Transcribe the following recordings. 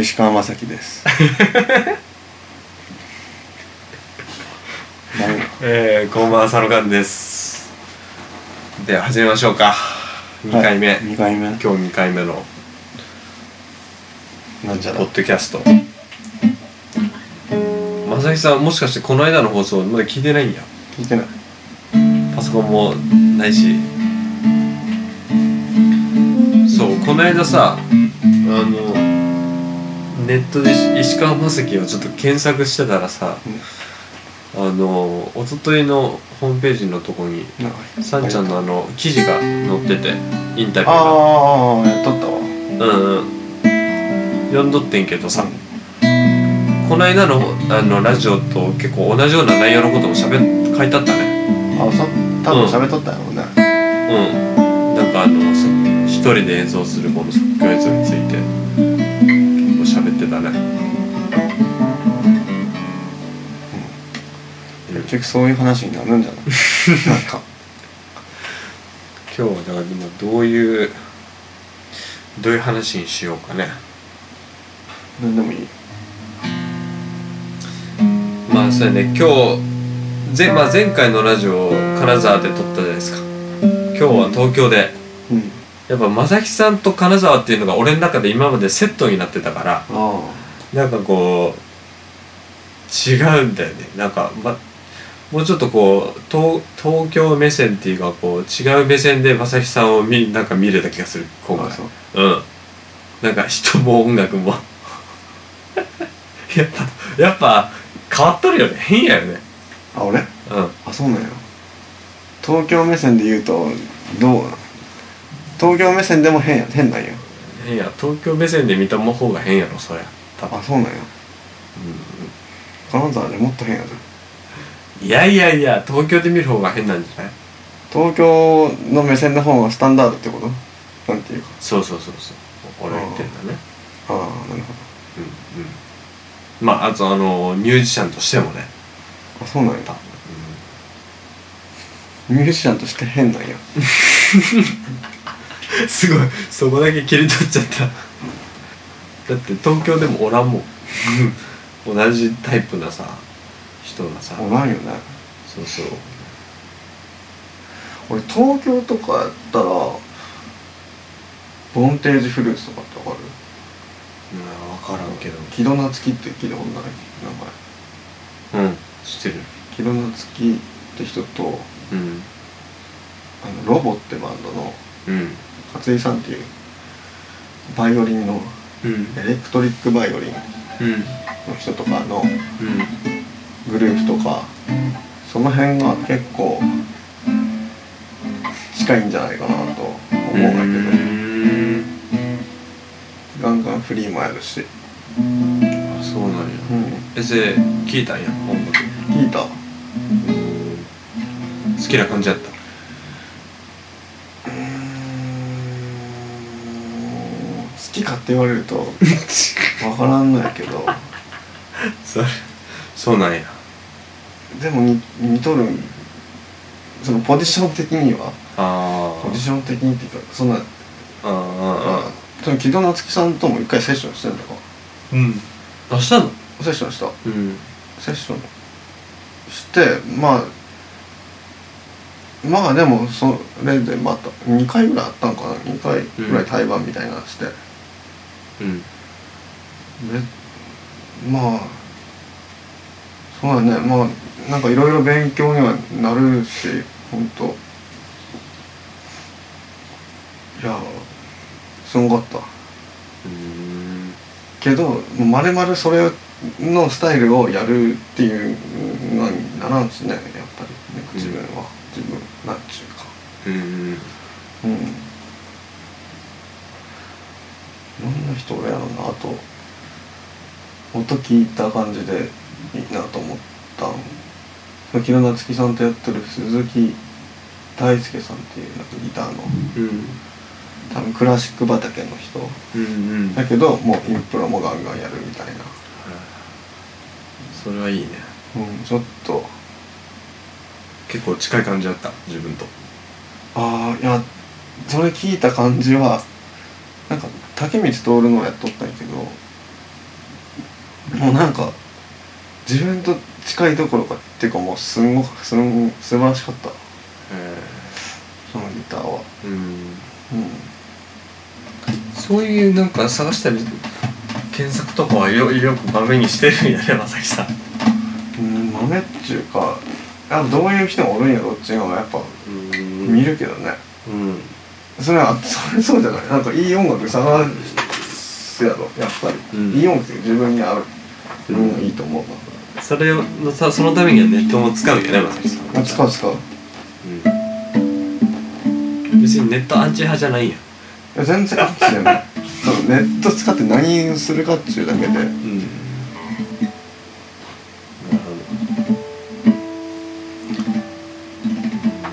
石川雅樹で すダメだえー、こんばんは、佐野寛です。では、始めましょうか。2回目、はい、2回目今日2回目のなんちゃらポッドキャスト。まさきさん、もしかしてこの間の放送、まだ聞いてないんや。聞いてないパソコンもないし。そう、この間さ、あの、ネットで石川雅樹をちょっと検索してたらさ、あの、一昨日のホームページのとこに、なんさんちゃんのあの記事が載っててインタビューがああやっとったわうんうん読んどってんけどさこないだのあのラジオと結構同じような内容のこともしゃべ書いてあったねあそ多分喋っとったやろうね、うんなんかあのさ一人で演奏するこの即興演奏について結構喋ってたねうん結局そういう話になるんじゃ ないなんか今日はだからでもどういうどういう話にしようかね何でもいいまあそうやね今日ぜ、まあ、前回のラジオを金沢で撮ったじゃないですか今日は東京でうんやっぱ正木さんと金沢っていうのが俺の中で今までセットになってたからあなんかこう違うんだよねなんか、ま、もうちょっとこう東東京目線っていうかこう違う目線で正木さんを見なんか見れた気がする今あ回そううんなんか人も音楽も やっぱやっぱ変わっとるよね変やよねあ俺うんあそうなんや東京目線で言うとどう東京目線でも変や変なんや変や東京目線で見た方が変やろそりゃ多分あそうなんや金沢でもっと変やないやいやいや東京で見る方が変なんじゃない東京の目線の方がスタンダードってことなんていうかそうそうそうそう俺が言ってんだねああなるほうんうんまああとあのミュージシャンとしてもねどあそうなんや多分ミュージシャンとして変なんやうん すごいそこだけ切り取っちゃっただって東京でもおらんもん同じタイプなさ人がさおらんよねそうそう俺東京とかやったらボンテージフルーツとかってわかるうん分からんけど木戸夏樹って聞いたことない名前うん知ってる木戸夏樹って人とうんあのロボってバンドのうん勝井さんっていうバイオリンのうんエレクトリックバイオリンうんの人とかうのんグループとかその辺が結構近いんじゃないかなと思うんだけどけガンガンフリーもやるし、どそうなんやうん、えそれ聞いたんや音楽聞いた好きな感じやったうーん好きかって言われるとわからんのやけど それそうなんやでもに似とるんそのポジション的にはあポジション的にっていうかそんなああその木戸夏樹さんとも一回セッションしてんだかうんあしたのセッションしたうんセッションしてまあまあでもそれでまた2回ぐらいあったんかな2回ぐらい対バンみたいなのして、うんでまあそうだねまあなんかいろいろ勉強にはなるし本当いやすごかったうんけどまるまるそれのスタイルをやるっていうのにならんしねやっぱりなんか自分は、自分なんちゅうかうんうんどんな人がやろうなあと音聞いた感じでいいなと思ったん昨日夏樹さんとやってる鈴木大輔さんっていうなんかギターのうん多分クラシック畑の人うんうんだけどもうインプロもガンガンやるみたいなそれはいいねうん、ちょっと結構近い感じだった自分とああいやそれ聞いた感じはなんか竹光徹のやっとったんやけどもうなんか自分と近いどころかっていうかもうすんごくすん素晴らしかったえそのギターはーうんうんそういうなんか探したり検索とかはよよくまめにしてるんやねまさきさん、うん豆っちゅうかやっぱどういう人がおるんやろっちゅうのはやっぱうん見るけどね、うんそれはそれそうじゃないなんかいい音楽探すやろやっぱり、うんいい音楽って自分に合う自分がいいと思うな、それのさそのためにはネットも使うんやねまさきさんあ使う使ういうん別にネットアンチ派じゃないんやや全然合ってるよねそうネット使って何をするかっちゅうだけでうんなるほど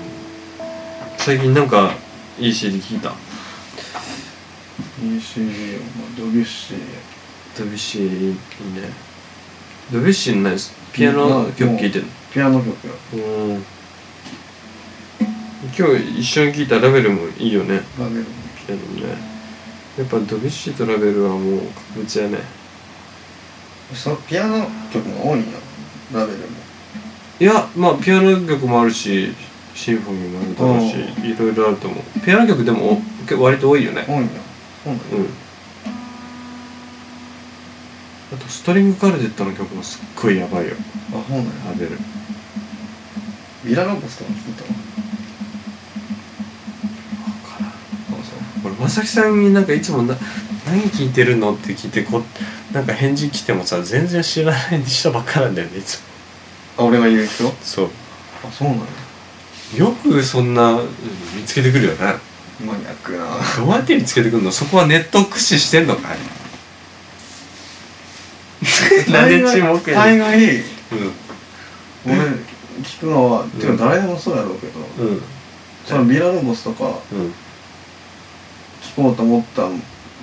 最近なんかいい CD 聞いた ECD ドビュッシードビュッシーいいねドビュッシーの何ピアノの曲聴いてるピアノ曲よのうん今日一緒に聴いたラベルもいいよねラベルもけどねやっぱドビュッシーとラベルはもう格打ちやねそのピアノ曲が多いんやラベルもいやまあピアノ曲もあるしシンフォニーもあるだろうしういろいろあると思うピアノ曲でもおけ割と多いよね多いんやそうなんやうんあとストリングカルテットの曲もすっごいやばいよあそうなんやラベルビラロボスとか聞いたわ俺まさきさんになんかいつもな「何聴いてるの?」って聞いてこなんか返事来てもさ全然知らない人ばっかなんだよねいつもあ俺が言う人そうあそうなんやよくそんなうん見つけてくるよねマニアックなどうやって見つけてくるのそこはネットを駆使してんのかい なんで注目やねん大概う俺聞くのは、てか誰でもそうやろうけど、んうんそのビラロボスとかうん聞こうと思ったん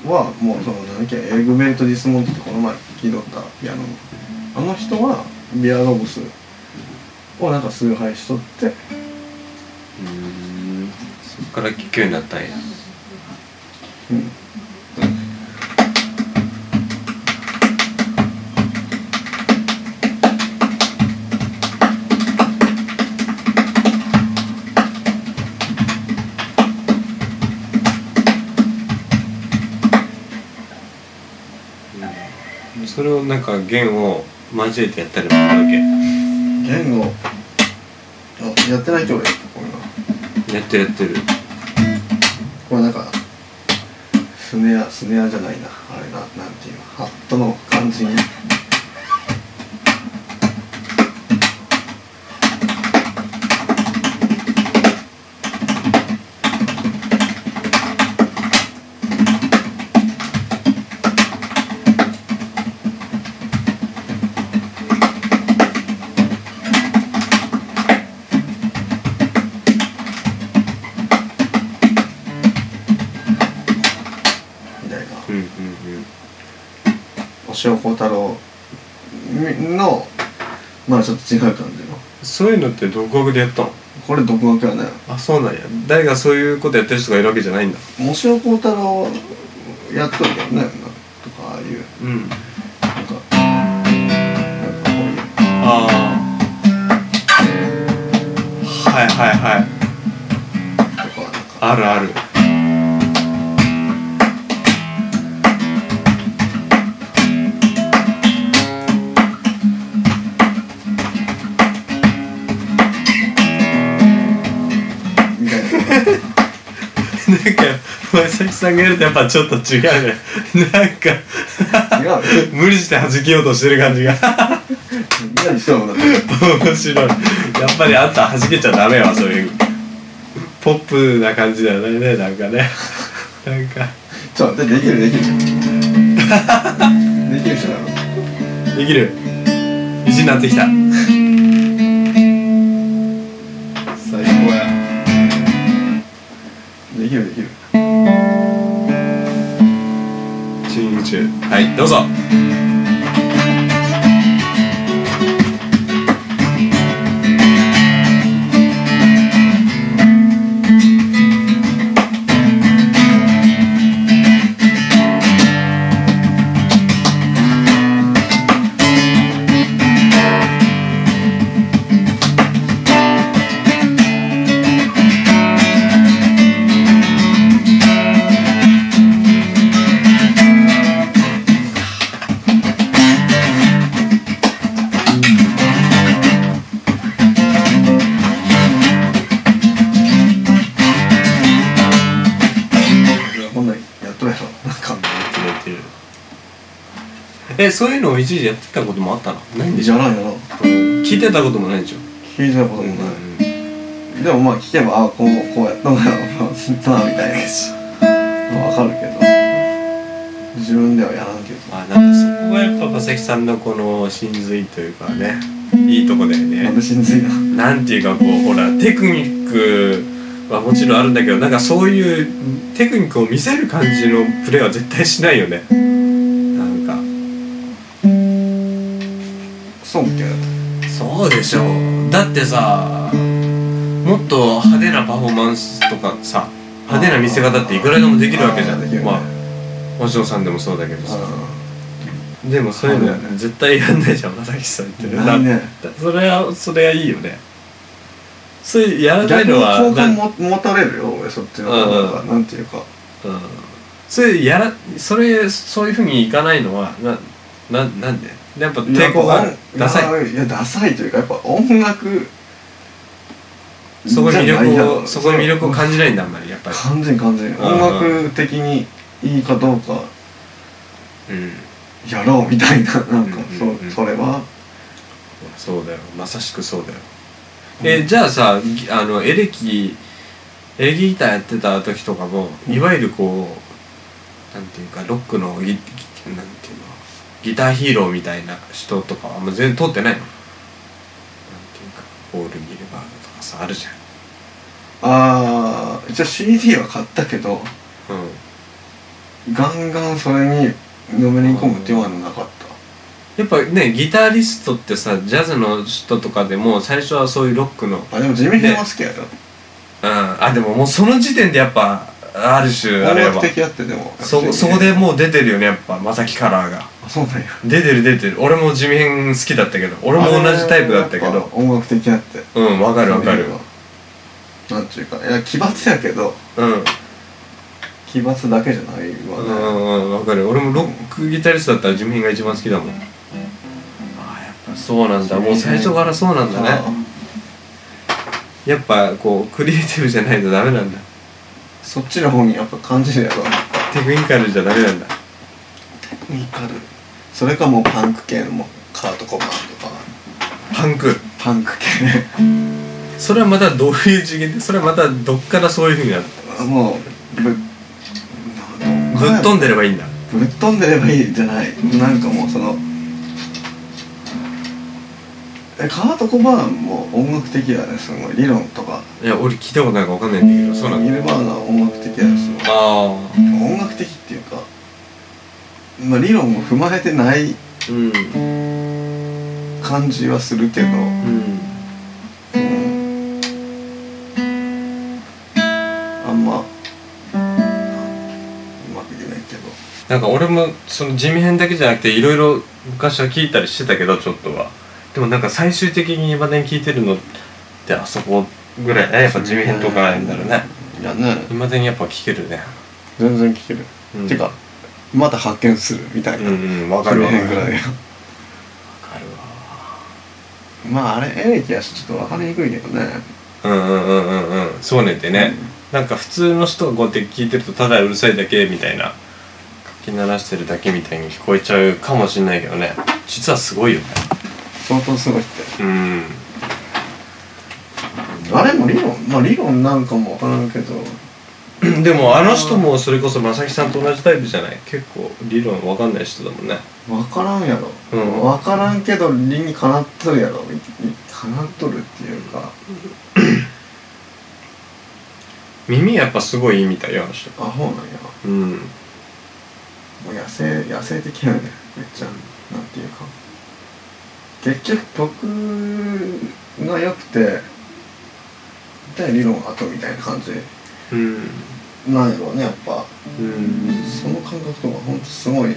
はもうその何だっけエグベルト・ディスモントってこの前聞いとったピアノのあの人はビラロボスをなんか崇拝しとってうんそっから聞くようになったんやうんそれをなんか弦を交えてやったりもするわけ言語あやってない人俺これなやってるやってるこれなんかスネアスネアじゃないなあれななんていうのハットの感じにみたいなうんうん押尾幸太郎のまあちょっと違う感じのそういうのって独学でやったのこれ独学やねあそうなんや誰がそういうことやってる人がいるわけじゃないんだ押尾幸太郎やっとるけどねなんとかああいううんなんかなんかこういうああはいはいはいとかなんかあるあるなみたいなんかまさきさんがやるとやっぱちょっと違うねなんか 違うよ無理して弾けようとしてる感じがみたいにしてもだって面白いやっぱりあんた弾けちゃダメよそういうポップな感じだよねなんかねなんかちょっと待ってできるできるできる人だろできる意地になってきた最高やできるできるチューニング中はいどうぞ「えそういうのを一時やってたこともあったのないんでしじょゃないよな聞いてたこともないでしょ聞いたこともない、でもまあ聞けばあこうこうやったなまあ死んだなみたいなわかるけど自分ではやらんけど、まあなんかそこがやっぱ馬崎さんのこの真髄というかねいいとこだよなんねで真髄なのなんていうかこうほらテクニックはもちろんあるんだけどなんかそういうテクニックを見せる感じのプレーは絶対しないよねなんかそうっけそうでしょだってさもっと派手なパフォーマンスとかさ派手な見せ方っていくらでもできるわけじゃんあーできるねまあ星野さんでもそうだけどさうでもそういうそうだよのね絶対やんないじゃん正木さんってんないねだそれはそれはいいよねそういうやらな逆いにのは好感なも持たれるよ俺そっちの方がなんていうかうんそういうやらそれそういうふうにいかないのはなななんでやっぱ抵抗があるダサいいいやダサいというかやっぱ音楽そこにじゃない魅や力をろそこに魅力を感じないんだあんまりやっぱり完全に完全にうん音楽的にいいかどうかうんやろうみたいななんかうんうんうんそそれはそうだよまさしくそうだよ、えじゃあさぎあのエレキエレキギターやってた時とかも、うんいわゆるこうなんていうかロックのギギなんていうのギターヒーローみたいな人とかはあんま全然通ってないのなんていうかポール・ギルバードとかさあるじああ一応 CD は買ったけどゃん、うん、ガンガンそれにのめり込む手はなかったやっぱねギタリストってさジャズの人とかでも最初はそういうロックのあでも地味編は好きやようんあでももうその時点でやっぱある種あ音れは楽的やってでもそそこでもう出てるよねやっぱまさきカラーがあそうなんや出てる出てる俺も地味編好きだったけど俺も同じタイプだったけあれはやどぱ音楽的やってうんわかるわかるなんていうかいや奇抜やけどうんうん奇抜だけじゃないわね、うんわかる俺もロックギタリストだったら地味編が一番好きだもんああやっぱそうなんだもう最初からそうなんだねねやっぱこうクリエイティブじゃないとダメなんだそっちの方にやっぱ感じるやろテクニカルじゃダメなんだミカルそれかもうパンク系のもうカートコバーンとかパンクパンク系それはまたどういう次元でそれはまたどっからそういうふうになる もうぶっぶっ飛んでればいいんだぶっ飛んでればいいじゃないなんかもうそのえカートコバーンも音楽的やねすごい理論とかいや俺聞いたことないかわかんないんだけどそうなんだニルバーナは音楽的やねすごあいあ音楽的っていうか、まあ、理論を踏まえてないうん感じはするけど、うんうん、あんまうまく言えないけどなんか俺もその地味編だけじゃなくていろいろ昔は聞いたりしてたけどちょっとはでもなんか最終的に今ね聞いてるのってあそこぐらいねやっぱ地味編とかなんだろうねいやね今でにやっぱ聞けるね、全然聞ける、うん、てかまた発見するみたういんな、うんわかるわそかのる辺ぐらいが まああれエレキやしちょっと分かりにくいけどねうんうんうんうんうんそうねってね、なんか普通の人がこうやって聞いてるとただうるさいだけみたいなかき鳴らしてるだけみたいに聞こえちゃうかもしんないけどね実はすごいよね相当すごいっうてんあれも理論まあ理論なんかも分からんけど でもあの人もそれこそ正木さんと同じタイプじゃない結構理論わかんない人だもんね分からんやろ、うん分からんけど理にかなっとるやろみかなっとるっていうか耳やっぱすごいいいみたいよあの人アホなんやうんもう野生野生的やねめっちゃなんていうか結局僕が良くてで理論が後みたいな感じうんなんやろうねやっぱうんその感覚とかほんとすごい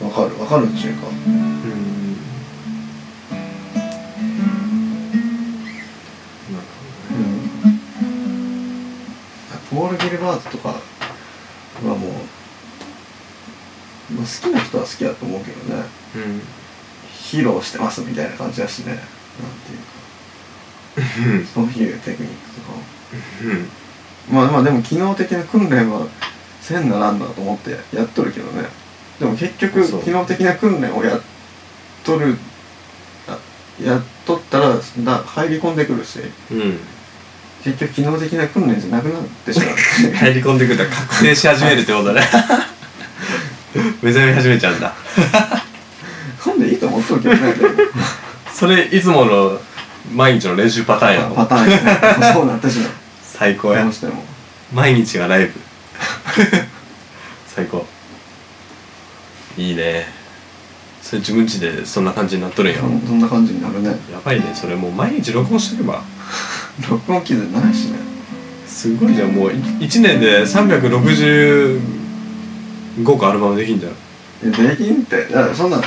わかるわかるっていうかうんうんポール・ギルバートとかはもう、まあ、好きな人は好きだと思うけどねうん披露してますみたいな感じだしねなんていうかうんそういうテクニックとかもうんまあまあでも機能的な訓練はせんならんなと思ってやっとるけどねでも結局そう機能的な訓練をやっとるあやっとったらだ入り込んでくるしうん結局機能的な訓練じゃなくなってしまう入り込んでくると覚醒し始めるってことだね 目覚め始めちゃうんだなんでいいと思っとるけどねでもそれいつもの毎日の練習パターンやパろターンやねそうなってしまう最高どやうしても毎日がライブ最高いいねそれ自分ちでそんな感じになっとるんやろ、そんな感じになるねやばいねそれもう毎日録音しとけば録音機材ないしねすごいじゃんもう1年で365個アルバムできんじゃんえできんっていやそんなで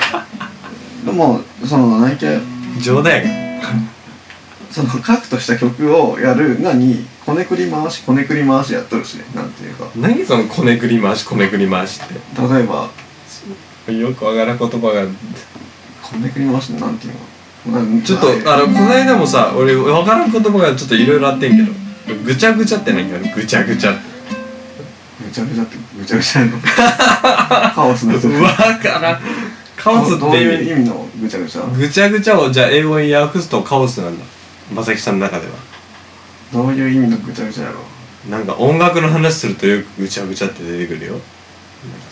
もその内見冗談やその書くとした曲をやるのにこねくり回しこねくり回しやっとるしねなんていうか何そのこねくり回しこねくり回しっ例えばてよくわからん言葉がこねくり回しってなんていうのなんちょっとあのこの間もさ俺わからん言葉がちょっといろいろあってんけどぐちゃぐちゃって何かぐちゃぐちゃぐちゃぐちゃってぐちゃぐちゃやのカオスの人わからんカオスってどういういう意味のぐちゃぐちゃぐちゃぐちゃをじゃあ英語に訳すとカオスなんだまさきさんの中ではどういう意味のぐちゃぐちゃやろなんか音楽の話するとよくぐちゃぐちゃって出てくるよなんか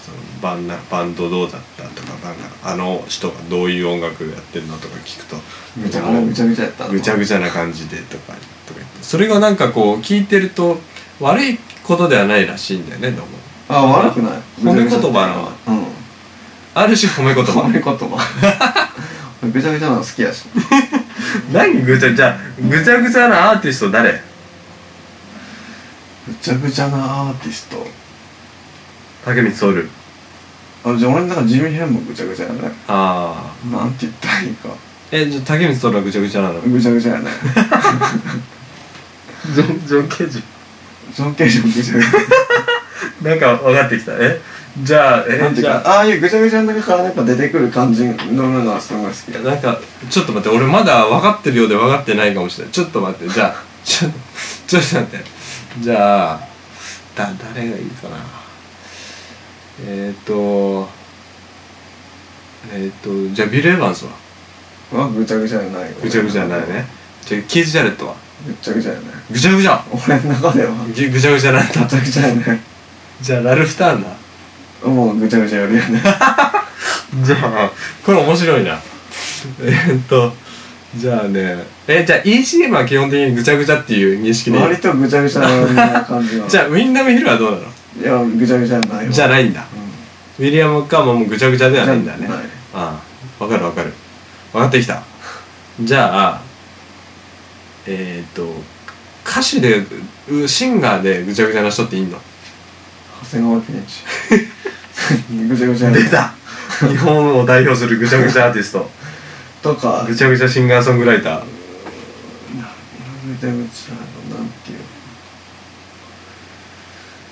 そのバンなバンドどうだったとかなんかあの人がどういう音楽やってるのとか聞くとぐちゃぐちゃぐちゃやったぐちゃぐちゃな感じでとかとか言ってそれがなんかこう聞いてると悪いことではないらしいんだよねどうもあ悪くない褒め言葉なうんある種褒め言褒葉め言葉俺ぐちゃぐちゃなの好きやし 何ぐちゃぐちゃぐちゃぐちゃなアーティスト誰ぐちゃぐちゃなアーティスト竹光ソウルあじゃあ俺の中地味変もぐちゃぐちゃやねああなんて言ったらいいかえじゃあ竹光ソウルはぐちゃぐちゃなのぐちゃぐちゃやねジョン・ジョン・ケージジョン・ケージもぐちゃぐちなんか分かってきたえじゃあゃなんえていじうゃあかああいうぐちゃぐちゃの中からなんか出てくる感じのものはすごい好きやなんかちょっと待って俺まだ分かってるようで分かってないかもしれないちょっと待ってじゃあちょちょっと待ってじゃあだ誰がいいかなえっ、ー、とえっ、ー、とじゃあビル・エヴァンスははぐちゃぐちゃやないぐちゃぐちゃないねじゃあキーズ・ジャレットはぐちゃぐちゃやねぐちゃぐちゃ俺の中ではぐぐちゃぐちゃなんぐだちゃぐちゃやねじゃあラルフ・ターンだもうぐちゃぐちゃやるよねじゃあこれ面白いなえっとじゃあねえじゃあ ECM は基本的にぐちゃぐちゃっていう認識でいい割とぐちゃぐちゃな感じのじゃあウィンダムヒルはどうなのいやぐちゃぐちゃやないよじゃないんだうウィリアム・カーマンもぐちゃぐちゃではないんだねじゃないああわかるわかる分かってきたじゃあえっ、と歌手でうシンガーでぐちゃぐちゃな人っていんのん長谷川健 一ぐちゃぐちゃやねた日本を代表するぐちゃぐちゃアーティストとかぐちゃぐちゃシンガーソングライターぐちゃぐちゃのなんていう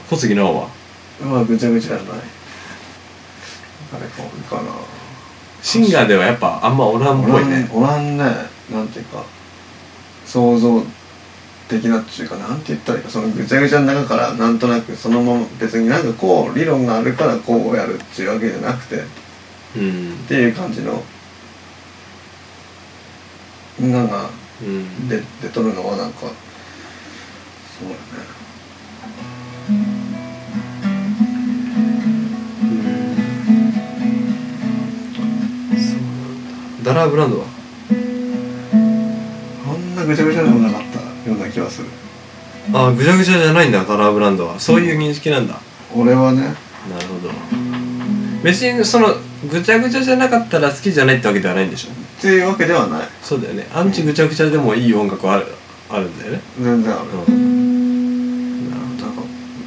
小杉奈緒はまあぐちゃぐちゃじゃないあれか多いかなシンガーではやっぱあんまおらんっおぽらいんねねおらんねなんていうか想像的なっていうかなんて言ったらいいかそのぐちゃぐちゃの中からなんとなくそのまま別になんかこう理論があるからこうやるっていうわけじゃなくてっうんていう感じのなんかうんで出とるのはなんかそうだねダラーブランドはあんなぐちゃぐちゃでもなかったような気がするああぐちゃぐちゃじゃないんだダラーブランドはそういう認識なんだ、俺はねなるほど別にそのぐちゃぐちゃじゃなかったら好きじゃないってわけではないんでしょっていうわけではないそうだよねアンチぐちゃぐちゃでもいい音楽はあるあるんだよね全然あるうん、なるほなんか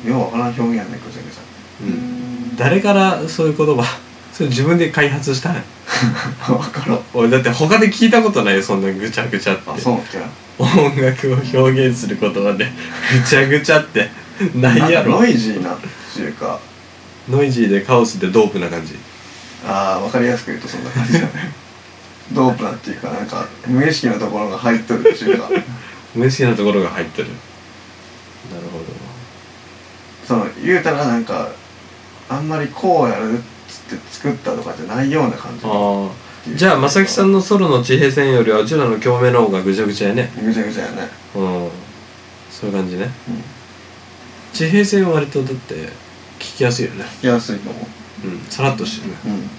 ようわからん表現やねぐちゃぐちどうん、誰からそういう言葉 それ自分で開発したんゃ わからん俺だって他で聞いたことないよそんなぐちゃぐちゃってあそうじゃ音楽を表現する言葉でぐちゃぐちゃってなあいやなんかろノイジーなっていうかノイジーでカオスでドープな感じああわかりやすく言うとそんな感じだね ドープなっていうかなんか無意識なところが入っとるっていうか無意識なところが入ってるなるほどその言うたらなんかあんまりこうやるっつっって作ったとかじゃないような感じああじゃあ正木さんののソロの地平線よりはうちらの共鳴の方がぐちゃぐちゃやねぐちゃぐちゃやね、うんそういう感じねうん、地平線は割とだって聞きやすいよね聞きやすいと思ううんさらっとしてるねうん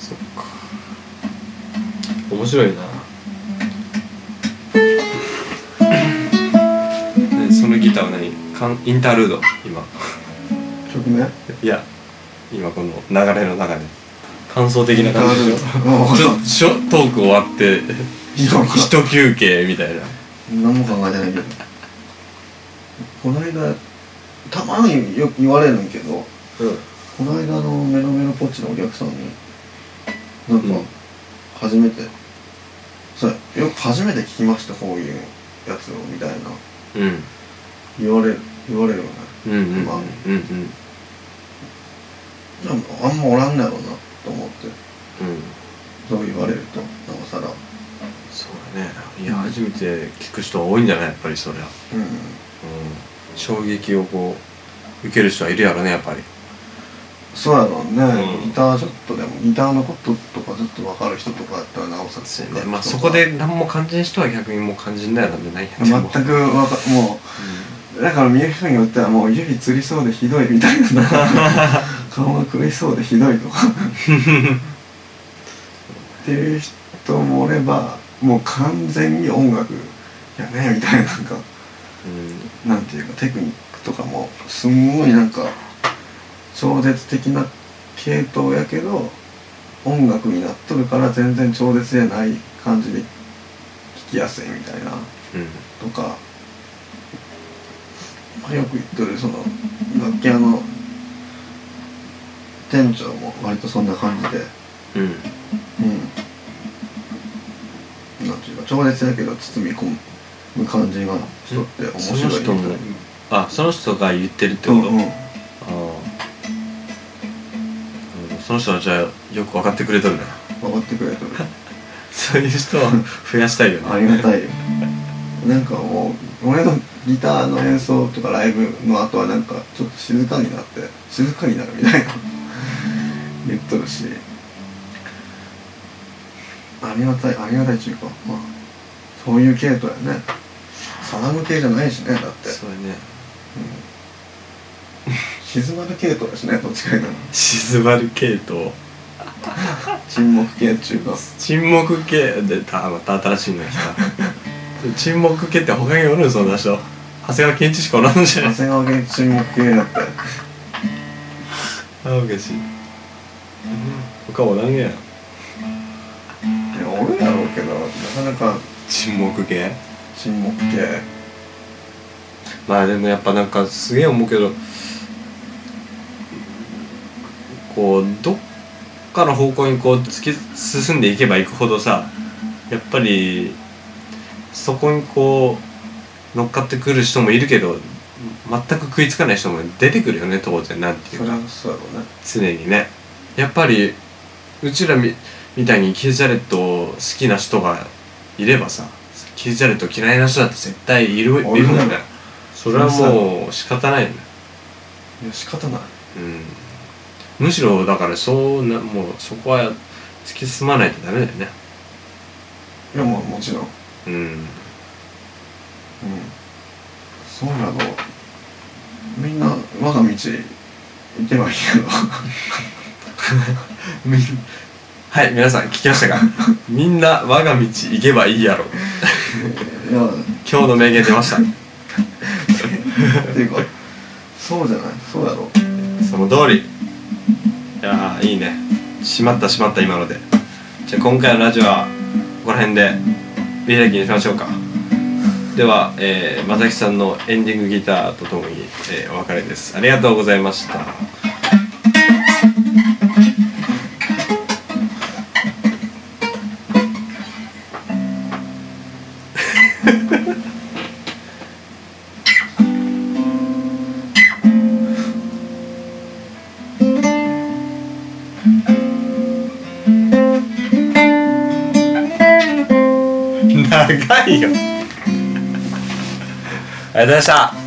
そっか面白いなでそのギターは何かんインタールード今曲ねいや今この流れの中で感想的な感じでしょもちょちょトーク終わってひとひと休憩みたいなう何も考えてないけどこの間たまによく言われるんけどうこの間のメロメロポッチのお客さんになんうかん初めて、そうよく初めて聞きましたこういうやつをみたいなんうん言われる言われるよねうんうんうんまあうんうんでもあんまおらんのやろうなと思ってうんそう言われるとなおさらうそうだねいや初めて聞く人は多いんじゃないやっぱりそりゃんうん衝撃をこう受ける人はいるやろねやっぱりそうやろうね、うんギターちょっとでもギターのこととかちょっと分かる人とかやったらなおさらそうかねまあそこで何も感じない人は逆にもう肝心だよなんてないや全くわかもうだから見える人によってはもう指つりそうでひどいみたい な顔が狂いそうでひどいとかっていう人もおればもう完全に音楽やねみたいななんかうんなんていうかテクニックとかもすんごいなんか超絶的な系統やけど音楽になっとるから全然超絶じゃない感じで聞きやすいみたいなうんとか、まあ、よく言ってるその楽器屋の店長も割とそんな感じでうんうんなんていうか超絶だけど包み込む感じが人って面そ白いのみた人いもあその人が言ってるってこと、うんうんああうんその人はじゃあよく分かってくれとるな分かってくれてる そういう人は増やしたいよねありがたいよなんかもう俺のギターの演奏とかライブの後はなんかちょっと静かになって静かになるみたいな言っとるしありがたいありがたいっていうかまあそういう系統やねサダム系じゃないしねだって、そうやねうん静まる系統やしねどっちかいうと静まる系統沈黙系っていうか沈黙系でたまた新しいのが来た 沈黙系って他におるんそんな人長谷川健一しかおらんのじゃない長谷川源沈黙系だって あ嬉しい他おらんげやいや、おるやろうけど、なかなか沈黙系沈黙系。まあでもやっぱなんかすげえ思うけどこうどっかの方向にこう突き進んでいけばいくほどさやっぱりそこにこう乗っかってくる人もいるけど全く食いつかない人も出てくるよね当然なんていうそれかはそうやろうね。常にねやっぱりうちらみみたいにキージャレットを好きな人がいればさキージャレット嫌いな人だって絶対いるいるも俺んもねそれはもう仕方ないよねいや、仕方ない。うんむしろだからそうなもうそこは突き進まないとダメだよねいや、まあ、もちろん。うん。うんそうなの。みんな、我が道、行けばいいけど。みんはい皆さん聞きましたか みんな我が道行けばいいやろ いや、今日の名言出ましたっていうか、そうじゃない。そうやろその通りいやーいいねしまったしまった今のでじゃあ今回のラジオはここら辺で見開きにしましょうかでは、えー、まさきさんのエンディングギターとともに、えーお別れですありがとうございました 長いよありがとうございました